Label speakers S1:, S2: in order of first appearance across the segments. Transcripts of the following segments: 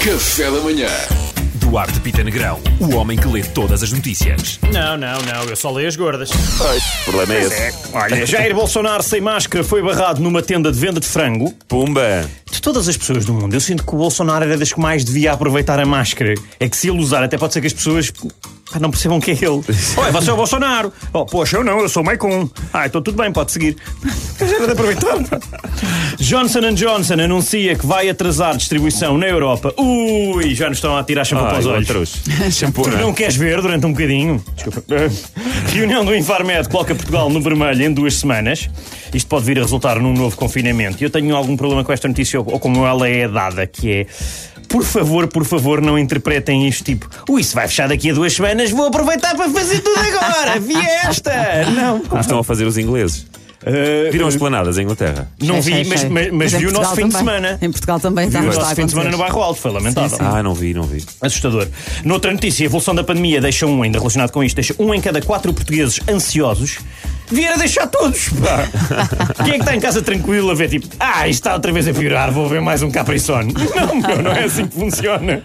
S1: Café da Manhã.
S2: Duarte Pita Negrão, o homem que lê todas as notícias.
S3: Não, não, não, eu só leio as gordas.
S1: O problema é esse.
S3: Olha, Jair Bolsonaro sem máscara foi barrado numa tenda de venda de frango.
S2: Pumba!
S3: De todas as pessoas do mundo, eu sinto que o Bolsonaro era das que mais devia aproveitar a máscara. É que se ele usar, até pode ser que as pessoas pá, não percebam que é ele. Olha, você é o Bolsonaro. Oh, poxa, eu não, eu sou o Maicon. Ah, então tudo bem, pode seguir. Mas era de aproveitar. Johnson Johnson anuncia que vai atrasar distribuição na Europa. Ui, já nos estão a tirar champa para os olhos.
S2: Shampoo,
S3: Tu não queres ver durante um bocadinho? Desculpa. Reunião do Infarmed coloca Portugal no vermelho em duas semanas. Isto pode vir a resultar num novo confinamento. E Eu tenho algum problema com esta notícia, ou ou como ela é dada, que é. Por favor, por favor, não interpretem isto tipo Ui, se vai fechar daqui a duas semanas, vou aproveitar para fazer tudo agora! Vi esta! Não,
S2: Como estão a fazer os ingleses? Viram as planadas em Inglaterra?
S3: não
S4: Sei,
S3: vi,
S4: sei,
S3: mas,
S4: sei.
S3: mas, mas
S4: em
S3: vi o nosso
S4: Portugal
S3: fim de
S4: também.
S3: semana.
S4: Em Portugal também
S3: Vi
S4: está
S3: o
S4: a
S3: nosso fim de semana no
S4: acontecer.
S3: Barro Alto, foi lamentável.
S2: Ah, não vi, não vi.
S3: Assustador. Noutra notícia, a evolução da pandemia deixa um, ainda relacionado com isto, deixa um em cada quatro portugueses ansiosos. Vieram deixar todos, pá. Quem é que está em casa tranquilo a ver, tipo, ah, isto está outra vez a piorar, vou ver mais um Caprissone. Não, meu, não é assim que funciona.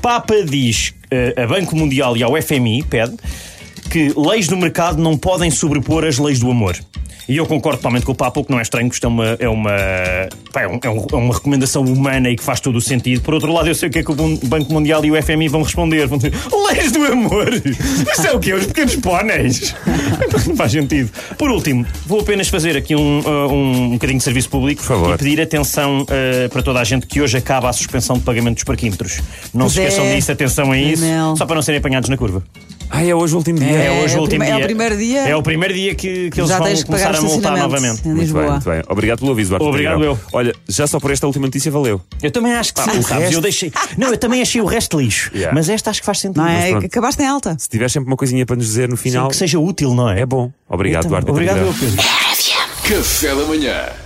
S3: Papa diz eh, a Banco Mundial e ao FMI, pede, que leis do mercado não podem sobrepor as leis do amor. E eu concordo totalmente com o Papa, o que não é estranho, que isto é uma, é, uma, pá, é, um- é um- é uma recomendação humana e que faz todo o sentido. Por outro lado, eu sei o que é que o Bun- Banco Mundial e o FMI vão responder. Vão dizer, leis do amor! Isso é o quê? Os pequenos póneis! Não faz sentido. Por último, vou apenas fazer aqui um, uh, um, um bocadinho de serviço público
S2: favor.
S3: e pedir atenção uh, para toda a gente que hoje acaba a suspensão de pagamento dos parquímetros. Não
S4: Pois
S3: se
S4: é.
S3: esqueçam disso, atenção a isso,
S4: Não.
S3: só para não serem apanhados na curva.
S2: Ah, é hoje o último
S3: É,
S2: dia.
S4: É,
S3: hoje
S4: é
S3: o
S4: o prime-
S3: último dia.
S4: é o primeiro dia.
S3: É o primeiro dia que, que eles
S4: Já
S3: vão
S4: tens que pagar
S3: começar
S4: o
S3: a multar
S4: estacionamento
S3: novamente.
S4: em
S2: Muito bem,
S4: Lisboa.
S2: muito bem. Obrigado pelo aviso, Duarte Pita
S3: Obrigado,
S2: Negrão.
S3: eu.
S2: Olha, já só por esta última notícia valeu.
S3: Eu também acho que sim,
S2: o
S3: sabes?
S2: resto-
S3: Eu deixei. Não, eu também achei o resto lixo.
S2: Yeah.
S3: Mas esta acho que faz sentido.
S4: Não
S2: Mas
S4: é?
S2: pronto.
S4: Acabaste em alta.
S2: Se tiver sempre uma coisinha para nos dizer no final,
S3: Que seja útil, não é?
S2: é bom. Obrigado,
S3: Então,
S2: Duarte Pita
S3: Obrigado,
S2: Negrão.
S3: eu, Pedro.
S1: Café da Manhã.